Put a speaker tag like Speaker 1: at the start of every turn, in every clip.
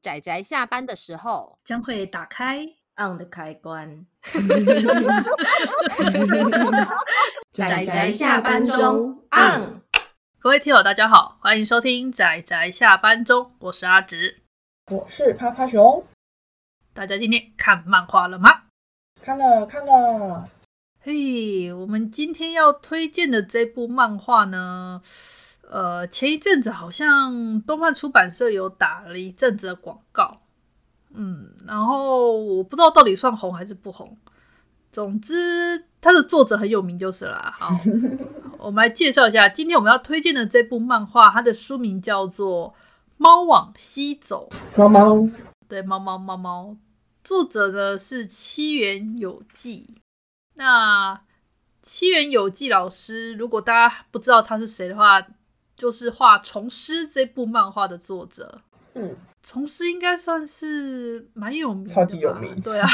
Speaker 1: 仔仔下班的时候，
Speaker 2: 将会打开。
Speaker 3: on 的开 关。
Speaker 1: 宅宅
Speaker 3: 宅宅
Speaker 1: 下
Speaker 3: 下
Speaker 1: 班
Speaker 3: 班
Speaker 1: 中
Speaker 3: 中 on。
Speaker 2: 各位听友，大家好，欢迎收听《仔仔下班中》，我是阿直。
Speaker 4: 我是趴趴熊，
Speaker 2: 大家今天看漫画了吗？
Speaker 4: 看了看了，
Speaker 2: 嘿，我们今天要推荐的这部漫画呢，呃，前一阵子好像动漫出版社有打了一阵子的广告，嗯，然后我不知道到底算红还是不红。总之，它的作者很有名就是了啦。好，我们来介绍一下，今天我们要推荐的这部漫画，它的书名叫做《猫往西走》。
Speaker 4: 猫猫
Speaker 2: 对，猫猫猫猫，作者呢是七原有纪。那七原有纪老师，如果大家不知道他是谁的话，就是画《虫师》这部漫画的作者。
Speaker 4: 嗯，
Speaker 2: 虫师应该算是蛮有名的吧，
Speaker 4: 超级有名
Speaker 2: 对啊。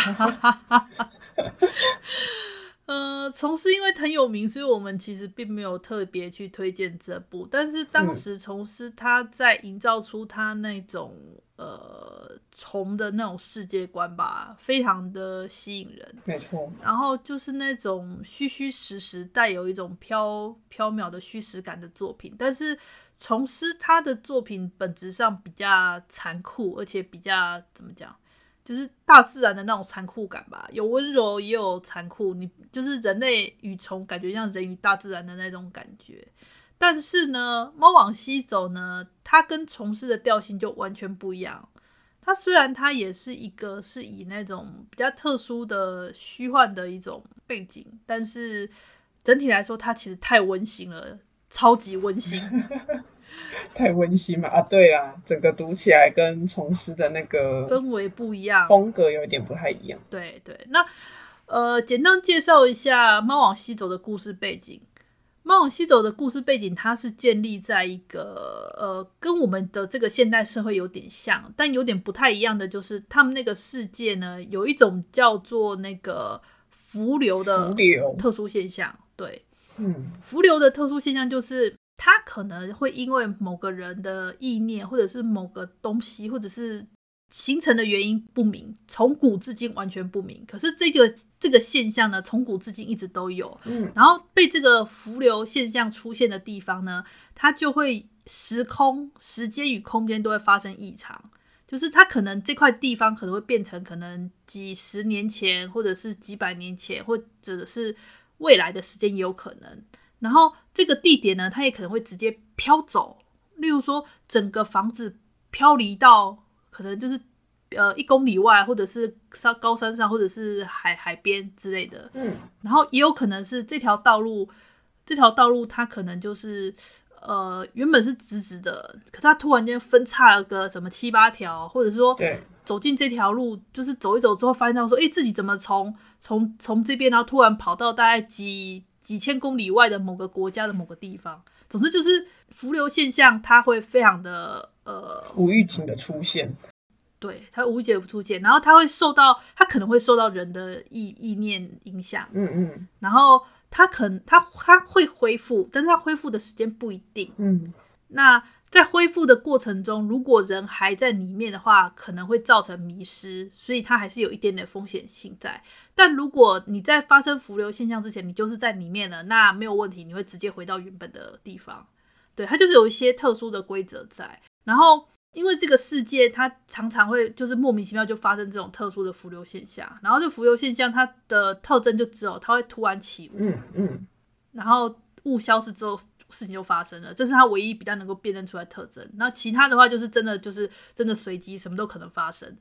Speaker 2: 呃，虫师因为很有名，所以我们其实并没有特别去推荐这部。但是
Speaker 4: 嗯
Speaker 2: 当时虫师他在营造出他那种、呃虫的那种世界观吧，非常的吸引人。
Speaker 4: 没错，
Speaker 2: 然后就是那种虚虚实实，带有一种飘飘渺的虚实感的作品。但是虫师他的作品本质上比较残酷，而且比较怎么讲，就是大自然的那种残酷感吧，有温柔也有残酷。你就是人类与虫，感觉像人与大自然的那种感觉。但是呢，猫往西走呢，它跟虫师的调性就完全不一样。它虽然它也是一个是以那种比较特殊的虚幻的一种背景，但是整体来说，它其实太温馨了，超级温馨。
Speaker 4: 太温馨嘛啊！对啦，整个读起来跟虫师的那个
Speaker 2: 氛围啊不一样
Speaker 4: 风格有一点不太一样。
Speaker 2: 对对，那呃，简单介绍一下《猫往西走》的故事背景。《猫往西走》的故事背景，它是建立在一个呃，跟我们的这个现代社会有点像，但有点不太一样的，就是他们那个世界呢，有一种叫做那个浮流的
Speaker 4: 浮流
Speaker 2: 特殊现象。对，
Speaker 4: 嗯，
Speaker 2: 浮流的特殊现象就是，它可能会因为某个人的意念，或者是某个东西，或者是形成的原因不明，从古至今完全不明。可是这个这个现象呢，从古至今一直都有。
Speaker 4: 嗯，
Speaker 2: 然后被这个浮流现象出现的地方呢，它就会时空、时间与空间都会发生异常。就是它可能这块地方可能会变成可能几十年前，或者是几百年前，或者是未来的时间也有可能。然后这个地点呢，它也可能会直接飘走，例如说整个房子飘离到可能就是呃一公里外，或者是上高山上，或者是海海边之类的。
Speaker 4: 嗯，
Speaker 2: 然后也有可能是这条道路，这条道路它可能就是呃原本是直直的，可是它突然间分叉了个什么七八条，或者说
Speaker 4: 对，
Speaker 2: 走进这条路，就是走一走之后，发现到说，诶，自己怎么从从从这边，然后突然跑到大概几几千公里外的某个国家的某个地方。总之就是浮流现象，它会非常的呃，
Speaker 4: 无预警的出现，
Speaker 2: 对，它无解不出现，然后它会受到，它可能会受到人的意意念影响，
Speaker 4: 嗯嗯
Speaker 2: 然后它可能它它会恢复，但是它恢复的时间不一定。
Speaker 4: 嗯，
Speaker 2: 那在恢复的过程中，如果人还在里面的话，可能会造成迷失，所以它还是有一点点风险性在。但如果你在发生浮流现象之前，你就是在里面了，那没有问题，你会直接回到原本的地方。对，它就是有一些特殊的规则在。然后，因为这个世界它常常会就是莫名其妙就发生这种特殊的浮流现象，然后这浮流现象它的特征就只有它会突然起雾，
Speaker 4: 嗯嗯，
Speaker 2: 然后雾消失之后，事情就发生了，这是它唯一比较能够辨认出来的特征。那其他的话，就是真的就是真的随机，什么都可能发生。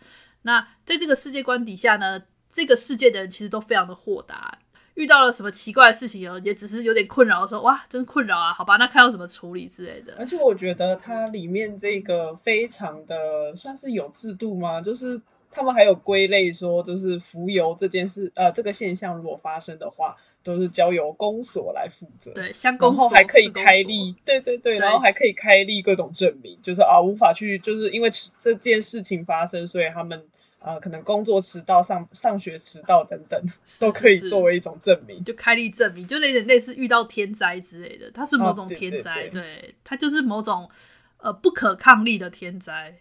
Speaker 2: 那在这个世界观底下呢，这个世界的人其实都非常的豁达，遇到了什么奇怪的事情哦，也只是有点困扰，说哇，真困扰啊，好吧，那看到怎么处理之类
Speaker 4: 而
Speaker 2: 的。
Speaker 4: 且我觉得它里面这个非常的算是有制度吗？就是他们还有归类说，就是浮游这件事，呃，这个现象如果发生的话，都是交由公所来负责。
Speaker 2: 对，相
Speaker 4: 然
Speaker 2: 公
Speaker 4: 后
Speaker 2: 所
Speaker 4: 还可以
Speaker 2: 市公
Speaker 4: 开
Speaker 2: 所
Speaker 4: 立，对对对，
Speaker 2: 对
Speaker 4: 然后还可以开立各种证明，就是啊，无法去，就是因为迟这件事情发生，所以他们呃可能工作迟到、上上学迟到等等，都可以
Speaker 2: 是
Speaker 4: 作为一种证明。
Speaker 2: 就开立证明，就有点类似遇到天灾之类的，它是某
Speaker 4: 哦
Speaker 2: 种
Speaker 4: 对
Speaker 2: 天
Speaker 4: 对
Speaker 2: 灾，
Speaker 4: 对
Speaker 2: 对，它就是某种呃不可抗力的天灾。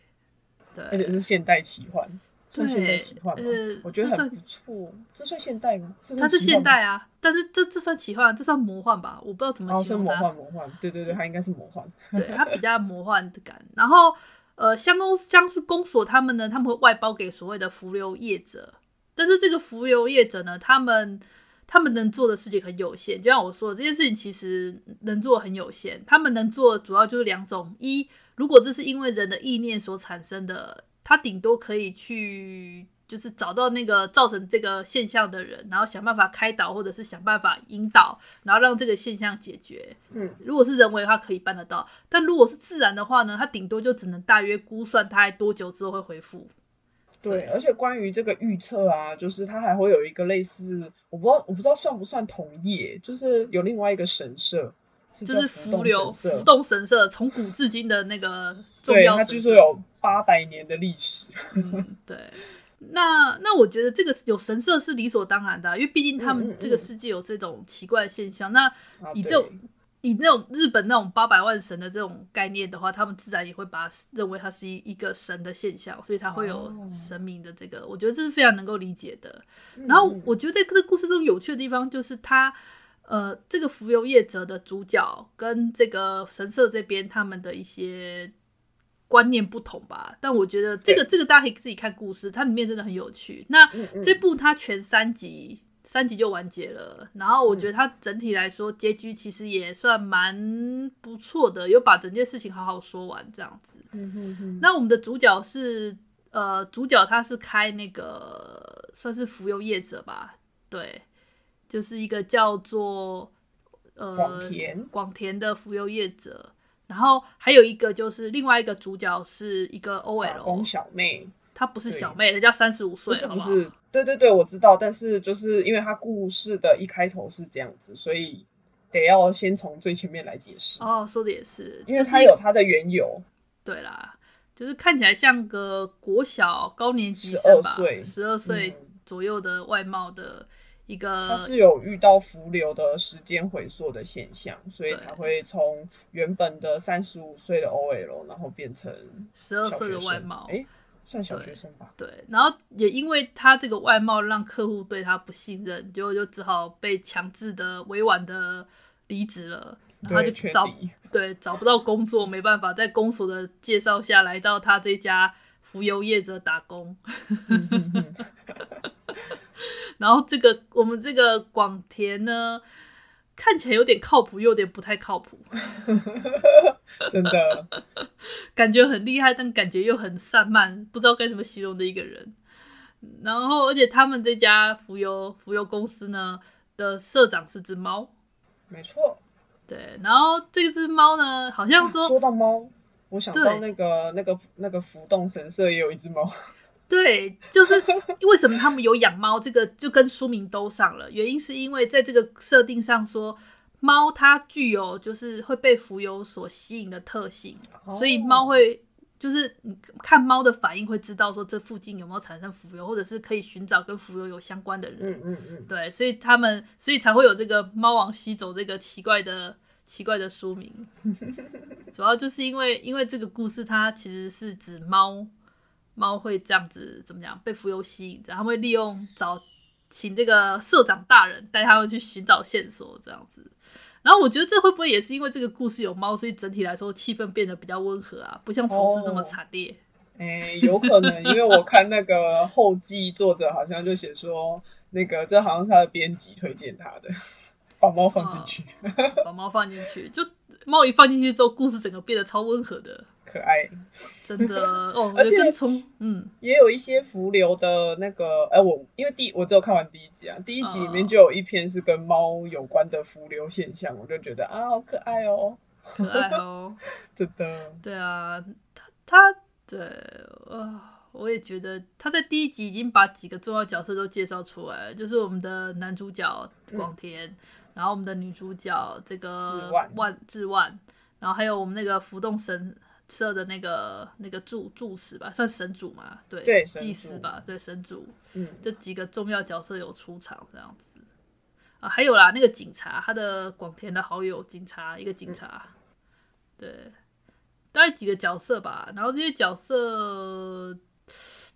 Speaker 4: 而且
Speaker 2: 对，
Speaker 4: 是现代奇幻，算现代
Speaker 2: 对
Speaker 4: 奇幻吗？
Speaker 2: 呃
Speaker 4: 我觉得
Speaker 2: 这
Speaker 4: 很
Speaker 2: 算
Speaker 4: 不错，这算现代吗？是不
Speaker 2: 它是
Speaker 4: 奇
Speaker 2: 现
Speaker 4: 幻吗
Speaker 2: 代啊，但是这这算奇幻，这算魔幻吧？我不知道怎么
Speaker 4: 哦，
Speaker 2: 形
Speaker 4: 算
Speaker 2: 容
Speaker 4: 魔
Speaker 2: 它。
Speaker 4: 幻魔幻，对对对，它应该是魔幻。
Speaker 2: 对，它比较魔幻的感。然后，呃，乡公乡公所他们呢，他们会外包给所谓的浮游业者，但是这个浮游业者呢，他们他们能做的事情很有限。就像我说的，这件事情其实能做很有限，他们能做的主要就是两种：一，如果这是因为人的意念所产生的，他顶多可以去。就是找到那个造成这个现象的人，然后想办法开导，或者是想办法引导，然后让这个现象解决。
Speaker 4: 嗯，
Speaker 2: 如果是人为的话，可以办得到；但如果是自然的话呢，它顶多就只能大约估算它多久之后会恢复。
Speaker 4: 对，
Speaker 2: 对
Speaker 4: 而且关于这个预测啊，就是它还会有一个类似，我不知道我不知道算不算同业，就是有另外一个神社，是
Speaker 2: 就
Speaker 4: 叫
Speaker 2: 是
Speaker 4: 浮
Speaker 2: 浮
Speaker 4: 动
Speaker 2: 流、
Speaker 4: 神社
Speaker 2: 浮动神社从古至今的那个重
Speaker 4: 对，
Speaker 2: 要
Speaker 4: 它
Speaker 2: 神
Speaker 4: 据
Speaker 2: 社
Speaker 4: 说。有八百年的历史。
Speaker 2: 嗯 对，那那我觉得这个有神社是理所当然的啊、因为毕竟他
Speaker 4: 嗯嗯
Speaker 2: 们
Speaker 4: 嗯
Speaker 2: 这个世界有这种奇怪的现象。那
Speaker 4: 啊，
Speaker 2: 以
Speaker 4: 对
Speaker 2: 这种以那种日本那种八百万神的这种概念的话，他们自然也会把它认为它是一一个神的现象，所以它会有
Speaker 4: 哦
Speaker 2: 神明的这个，我觉得这是非常能够理解的。
Speaker 4: 嗯
Speaker 2: 然后
Speaker 4: 嗯
Speaker 2: 我觉得在这个故事中有趣的地方就是他，呃，这个浮游业者的主角跟这个神社这边他们的一些观念不同吧。但我觉得这个这个大家可以自己看故事，它里面真的很有趣。那
Speaker 4: 嗯嗯
Speaker 2: 这部它全三集，三集就完结了。然后我觉得
Speaker 4: 嗯
Speaker 2: 它整体来说结局其实也算蛮不错的，有把整件事情好好说完这样子。
Speaker 4: 嗯嗯嗯
Speaker 2: 那我们的主角是呃，主角他是开那个算是浮游业者吧，对，就是一个叫做呃
Speaker 4: 广田
Speaker 2: 广田的浮游业者，然后还有一个就是另外一个主角是一个
Speaker 4: 打工
Speaker 2: OL，
Speaker 4: 小妹，
Speaker 2: 她不是
Speaker 4: 对
Speaker 2: 小妹，人家三十五岁
Speaker 4: 不
Speaker 2: 了，
Speaker 4: 是
Speaker 2: 哦好
Speaker 4: 不
Speaker 2: 好
Speaker 4: 是，对对对，我知道，但是就是因为它故事的一开头是这样子，所以得要先从最前面来解释，
Speaker 2: 哦，说的也是，
Speaker 4: 因
Speaker 2: 就
Speaker 4: 为
Speaker 2: 是
Speaker 4: 它有它的缘由。
Speaker 2: 对啦，就是看起来像个国小高年级
Speaker 4: 12
Speaker 2: 生吧
Speaker 4: 岁，
Speaker 2: 十二岁
Speaker 4: 嗯
Speaker 2: 左右的外貌的一个
Speaker 4: 它是有遇到浮流的时间回溯的现象，所以
Speaker 2: 对
Speaker 4: 才会从原本的三十五岁的 OL，然后变成
Speaker 2: 十
Speaker 4: 小
Speaker 2: 二
Speaker 4: 学
Speaker 2: 岁的外
Speaker 4: 生
Speaker 2: 貌，
Speaker 4: 诶，算小
Speaker 2: 对
Speaker 4: 学生吧。
Speaker 2: 对，然后也因为他这个外貌让客户对他不信任，就就只好被强制的委婉的离职了，然后他
Speaker 4: 对
Speaker 2: 就
Speaker 4: 确
Speaker 2: 找
Speaker 4: 定
Speaker 2: 对找不到工作，没办法，在公所的介绍下来到他这家浮游业者打工。
Speaker 4: 嗯嗯嗯
Speaker 2: 然后这个我们这个广田呢，看起来有点靠谱，又有点不太靠谱，
Speaker 4: 真的，
Speaker 2: 感觉很厉害，但感觉又很散漫，不知道该怎么形容的一个人。然后，而且他们这家浮游浮游公司呢的社长是只猫，
Speaker 4: 没错。
Speaker 2: 对。然后这只猫呢，好像说，
Speaker 4: 啊说到猫，我想到
Speaker 2: 对
Speaker 4: 那个那个那个浮动神社也有一只猫，
Speaker 2: 对，就是为什么他们有养猫，这个 就跟书名都上了。原因是因为在这个设定上说，猫它具有就是会被浮游所吸引的特性，
Speaker 4: 哦
Speaker 2: 所以猫会就是你看猫的反应会知道说这附近有没有产生浮游，或者是可以寻找跟浮游有相关的人。
Speaker 4: 嗯嗯嗯，
Speaker 2: 对，所以他们所以才会有这个“猫王吸走”这个奇怪的奇怪的书名，主要就是因为因为这个故事它其实是指猫猫会这样子怎么讲被浮游吸引，然后会利用找请这个社长大人带他们去寻找线索这样子。然后我觉得这会不会也是因为这个故事有猫，所以整体来说气氛变得比较温和啊，不像虫师这么
Speaker 4: 哦
Speaker 2: 惨烈。
Speaker 4: 诶，有可能，因为我看那个后记，作者好像就写说，那个这好像是他的编辑推荐他的， 把猫放
Speaker 2: 嗯
Speaker 4: 进去，
Speaker 2: 把猫放进去，就猫一放进去之后，故事整个变得超温和的。
Speaker 4: 可爱。
Speaker 2: 真的 哦，我
Speaker 4: 而
Speaker 2: 觉得
Speaker 4: 且
Speaker 2: 跟 从嗯
Speaker 4: 也有一些浮流的那个，哎、我因为第我只有看完第一集啊，第一集里面
Speaker 2: 哦
Speaker 4: 就有一篇是跟猫有关的浮流现象，我就觉得啊，好可爱哦，
Speaker 2: 可爱哦，
Speaker 4: 真的。
Speaker 2: 对啊，他他对呃，我也觉得他在第一集已经把几个重要角色都介绍出来了，就是我们的男主角广田，然后我们的女主角这个
Speaker 4: 志万
Speaker 2: 万志万，然后还有我们那个浮动神社的那个那个住住持吧，算神主嘛，对，
Speaker 4: 对神
Speaker 2: 祭司
Speaker 4: 主
Speaker 2: 吧，对神主，
Speaker 4: 嗯，
Speaker 2: 这几个重要角色有出场这样子啊，还有啦，那个警察，他的广田的好友警察，一个警察，对，大概几个角色吧，然后这些角色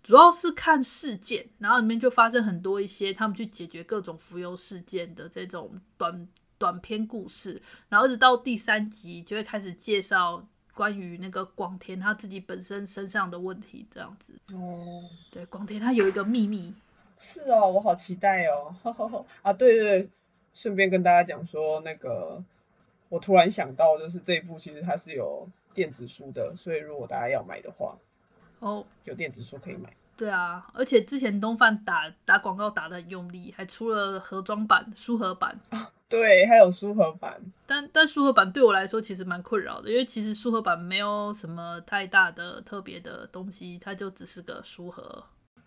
Speaker 2: 主要是看事件，然后里面就发生很多一些他们去解决各种浮游事件的这种短短篇故事，然后一直到第三集就会开始介绍关于那个广田他自己本身身上的问题，这样子。
Speaker 4: 哦，
Speaker 2: 对，广田他有一个秘密，
Speaker 4: 是哦，我好期待哦！ 啊，对对对，顺便跟大家讲说，那个我突然想到，就是这一部其实它是有电子书的，所以如果大家要买的话，
Speaker 2: 哦，
Speaker 4: 有电子书可以买。
Speaker 2: 对啊，而且之前东贩打打广告打的很用力，还出了盒装版、书盒版。
Speaker 4: 对，还有书盒版，
Speaker 2: 但但书盒版对我来说其实蛮困扰的，因为其实书盒版没有什么太大的特别的东西，它就只是个书盒。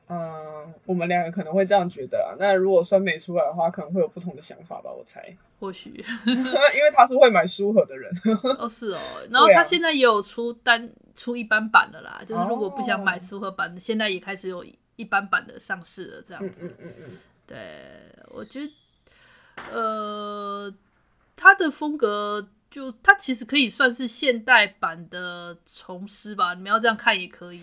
Speaker 4: 嗯，我们两个可能会这样觉得啊。那如果酸梅出来的话，可能会有不同的想法吧，我猜，
Speaker 2: 或许
Speaker 4: 因为他是会买书盒的人。
Speaker 2: 哦是哦，然后
Speaker 4: 对啊
Speaker 2: 它现在也有出单出一般版的啦，就是如果不想买
Speaker 4: 哦
Speaker 2: 书盒版的，现在也开始有一般版的上市了，这样
Speaker 4: 嗯
Speaker 2: 子。
Speaker 4: 嗯嗯嗯，
Speaker 2: 对，我觉得，呃，他的风格就他其实可以算是现代版的虫师吧，你们要这样看也 可以。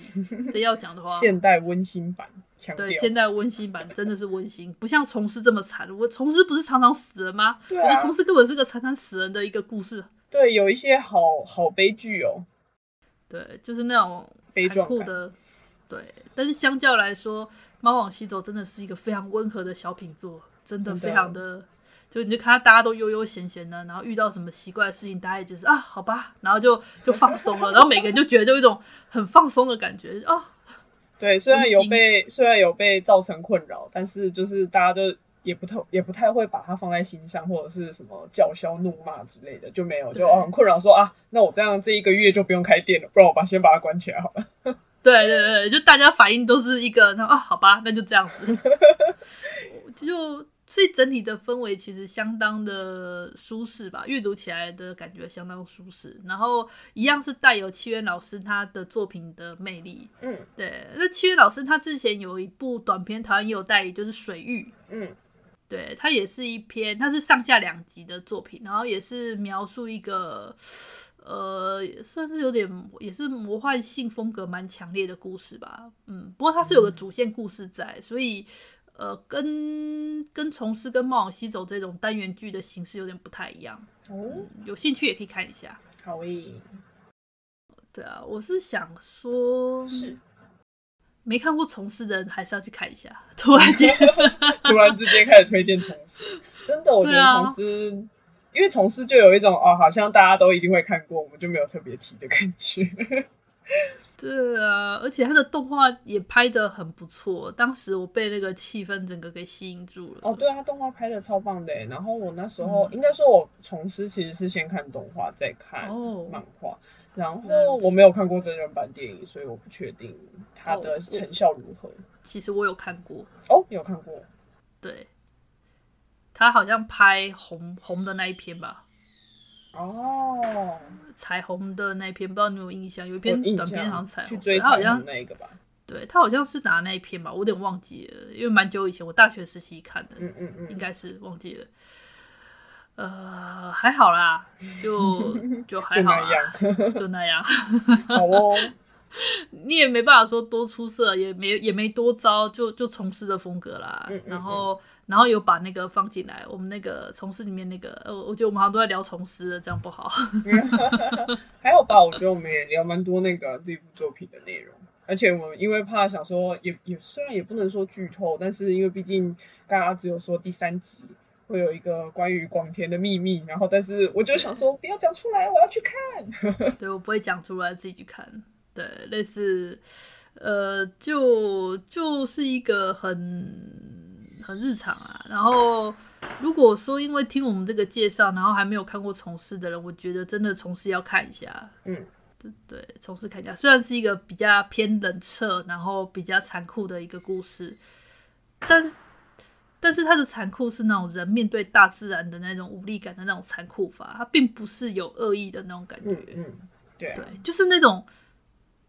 Speaker 2: 真要讲的话，
Speaker 4: 现代温馨版，强调
Speaker 2: 对现代温馨版真的是温馨，不像虫师这么惨。我虫师不是常常死人吗？
Speaker 4: 对
Speaker 2: 我觉
Speaker 4: 啊
Speaker 2: 得，虫师根本是个常常死人的一个故事。
Speaker 4: 对，有一些好好悲剧哦。
Speaker 2: 对，就是那种
Speaker 4: 悲
Speaker 2: 残
Speaker 4: 壮
Speaker 2: 酷
Speaker 4: 感
Speaker 2: 的，对。但是相较来说，《猫往西走》真的是一个非常温和的小品作，真的
Speaker 4: 真的
Speaker 2: 非常的，就你就看到大家都悠悠闲闲的，然后遇到什么奇怪的事情，大家也只是啊，好吧，然后就就放松了，然后每个人就觉得就有一种很放松的感觉，哦，
Speaker 4: 对，虽然
Speaker 2: 温
Speaker 4: 有
Speaker 2: 馨
Speaker 4: 被虽然有被造成困扰，但是就是大家都也不太也不太会把它放在心上，或者是什么叫嚣怒骂之类的，就没有就
Speaker 2: 对
Speaker 4: 哦很困扰说啊，那我这样这一个月就不用开店了，不然我把先把它关起来好了。
Speaker 2: 对对对，就大家反应都是一个，那啊，好吧，那就这样子，就所以整体的氛围其实相当的舒适吧，阅读起来的感觉相当舒适，然后一样是带有七渊老师他的作品的魅力。
Speaker 4: 嗯
Speaker 2: 对，那七渊老师他之前有一部短片，台湾也有代理，就是《水域》，
Speaker 4: 嗯
Speaker 2: 对，它也是一篇，它是上下两集的作品，然后也是描述一个，呃，算是有点也是魔幻性风格蛮强烈的故事吧。嗯，不过它是有个主线故事在，所以呃，跟跟《虫师》跟《猫往西走》这种单元剧的形式有点不太一样。
Speaker 4: 哦，
Speaker 2: 有兴趣也可以看一下。
Speaker 4: 好诶，
Speaker 2: 对啊，我是想说，
Speaker 4: 是
Speaker 2: 没看过《虫师》的人还是要去看一下。突然间，
Speaker 4: 突然之间开始推荐虫师， 真的，我觉
Speaker 2: 对
Speaker 4: 得
Speaker 2: 啊
Speaker 4: 虫师。因为虫师就有一种哦，好像大家都一定会看过，我们就没有特别提的感觉。
Speaker 2: 对啊，而且他的动画也拍的很不错，当时我被那个气氛整个给吸引住了。
Speaker 4: 哦，对啊，他动画拍的超棒的欸。然后我那时候、
Speaker 2: 嗯
Speaker 4: 应该说，我从师其实是先看动画，再看
Speaker 2: 哦
Speaker 4: 漫画。然
Speaker 2: 原来
Speaker 4: 后
Speaker 2: 如此
Speaker 4: 我没有看过真人版电影，所以我不确定它
Speaker 2: 哦
Speaker 4: 的
Speaker 2: 我
Speaker 4: 成效如何。
Speaker 2: 其实我有看过，
Speaker 4: 哦，有看过，
Speaker 2: 对，他好像拍红红的那一篇吧，
Speaker 4: 哦，
Speaker 2: 彩虹的那一篇，不知道你有没有印象？有一
Speaker 4: 我
Speaker 2: 篇
Speaker 4: 印
Speaker 2: 短片
Speaker 4: 象啊
Speaker 2: 好像彩
Speaker 4: 去
Speaker 2: 虹，
Speaker 4: 追
Speaker 2: 他好
Speaker 4: 彩
Speaker 2: 像
Speaker 4: 虹那一个吧。
Speaker 2: 对他好像是拿那一篇吧，我有点忘记了，因为蛮久以前我大学时期看的，
Speaker 4: 嗯嗯
Speaker 2: 应
Speaker 4: 嗯，
Speaker 2: 该是忘记了。呃，还好啦，就就还
Speaker 4: 就
Speaker 2: 好
Speaker 4: 那
Speaker 2: 啦，
Speaker 4: 样。
Speaker 2: 就那样。
Speaker 4: 好哦，
Speaker 2: 你也没办法说多出色，也没也没多糟，就就从事的风格啦。
Speaker 4: 嗯嗯
Speaker 2: 然后然后有把那个放进来，我们那个从事里面那个，呃，我我觉得我们好像都在聊从事了，这样不好。
Speaker 4: 还有吧，我觉得我们也聊蛮多那个这部作品的内容，而且我们因为怕想说也也虽然也不能说剧透，但是因为毕竟大家只有说第三集会有一个关于广田的秘密，然后但是我就想说不要讲出来，我要去看。
Speaker 2: 对我不会讲出来，自己去看。对，类似，呃，就就是一个很很日常啊。然后，如果说因为听我们这个介绍，然后还没有看过《从事》的人，我觉得真的《从事》要看一下。
Speaker 4: 嗯
Speaker 2: 对，对，《从事》看一下，虽然是一个比较偏冷彻，然后比较残酷的一个故事，但是。但是它的残酷是那种人面对大自然的那种无力感的那种残酷法，它并不是有恶意的那种感觉。
Speaker 4: 嗯嗯，对啊
Speaker 2: 对，就是那种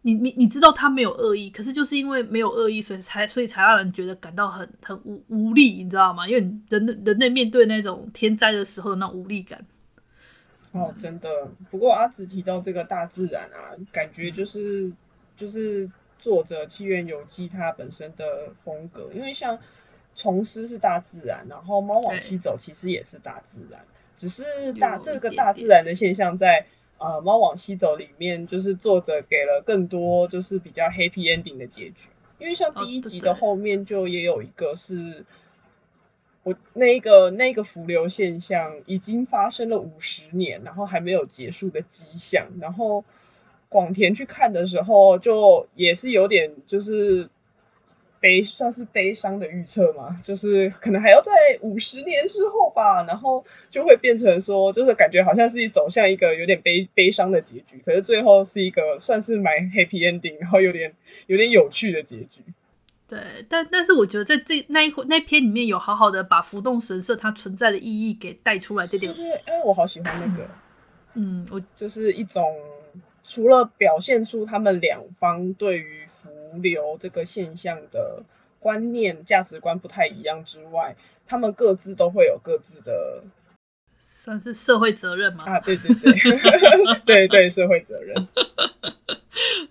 Speaker 2: 你你你知道他没有恶意，可是就是因为没有恶意，所以才所以才让人觉得感到很很无无力，你知道吗？因为人人类面对那种天灾的时候的那种无力感，
Speaker 4: 哦，真的。不过阿紫提到这个大自然啊，感觉就是就是作者七原有纪他本身的风格，因为像虫师是大自然，然后猫往西走其实也是大自然，只是大
Speaker 2: 有一
Speaker 4: 这个
Speaker 2: 点
Speaker 4: 大自然的现象在呃猫往西走里面，就是作者给了更多就是比较 happy ending 的结局，因为像
Speaker 2: 哦
Speaker 4: 第一
Speaker 2: 对
Speaker 4: 集
Speaker 2: 对
Speaker 4: 的后面就也有一个是。我那一个那一个浮流现象已经发生了五十年，然后还没有结束的迹象。然后广田去看的时候，就也是有点就是悲，算是悲伤的预测嘛，就是可能还要在五十年之后吧，然后就会变成说，就是感觉好像是走向一个有点悲悲伤的结局，可是最后是一个算是蛮 happy ending，然后有点有点有趣的结局。
Speaker 2: 对，但但是我觉得在这那一回那篇里面有好好的把浮动神社它存在的意义给带出来，这
Speaker 4: 对
Speaker 2: 点，
Speaker 4: 对，哎，我好喜欢那个。
Speaker 2: 嗯，我
Speaker 4: 就是一种除了表现出他们两方对于浮流这个现象的观念、价值观不太一样之外，他们各自都会有各自的
Speaker 2: 算是社会责任嘛，
Speaker 4: 啊，对对对， 对对社会责任，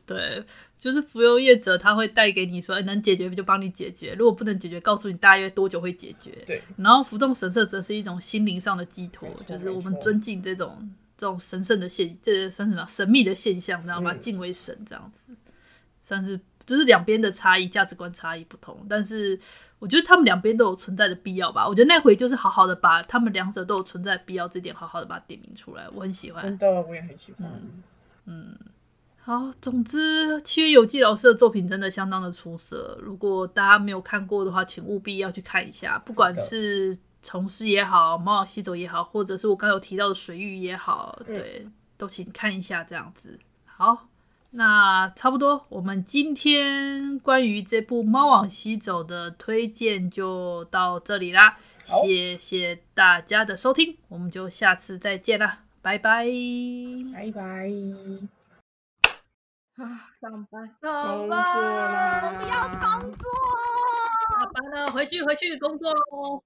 Speaker 2: 对，就是浮游业者他会带给你说，哎能解决就帮你解决，如果不能解决，告诉你大约多久会解决。
Speaker 4: 对，
Speaker 2: 然后浮动神社则是一种心灵上的寄托
Speaker 4: 没错，
Speaker 2: 就是我
Speaker 4: 没
Speaker 2: 们
Speaker 4: 错
Speaker 2: 尊敬这种这种神圣的现，这算什么神秘的现象，知道吗？
Speaker 4: 嗯
Speaker 2: 敬畏神这样子，算是就是两边的差异，价值观差异不同，但是我觉得他们两边都有存在的必要吧。我觉得那回就是好好的把他们两者都有存在的必要这点好好的把它点明出来，我很喜欢。
Speaker 4: 真的我也很喜欢。
Speaker 1: 嗯
Speaker 2: 好，总之，《七月游记》老师的作品真的相当的出色。如果大家没有看过的话，请务必要去看一下，不管是虫师也好，猫耳西走也好，或者是我刚有提到的水域也好，
Speaker 4: 嗯
Speaker 2: 对，都请看一下这样子。好，那差不多，我们今天关于这部《猫往西走》的推荐就到这里啦，
Speaker 4: 好
Speaker 2: 谢谢大家的收听，我们就下次再见啦，拜拜。
Speaker 4: 拜拜，
Speaker 3: 啊，上班，
Speaker 4: 工
Speaker 3: 上班，
Speaker 4: 作啦！
Speaker 1: 我不要工作。
Speaker 5: 下班了，回去回去工作喽。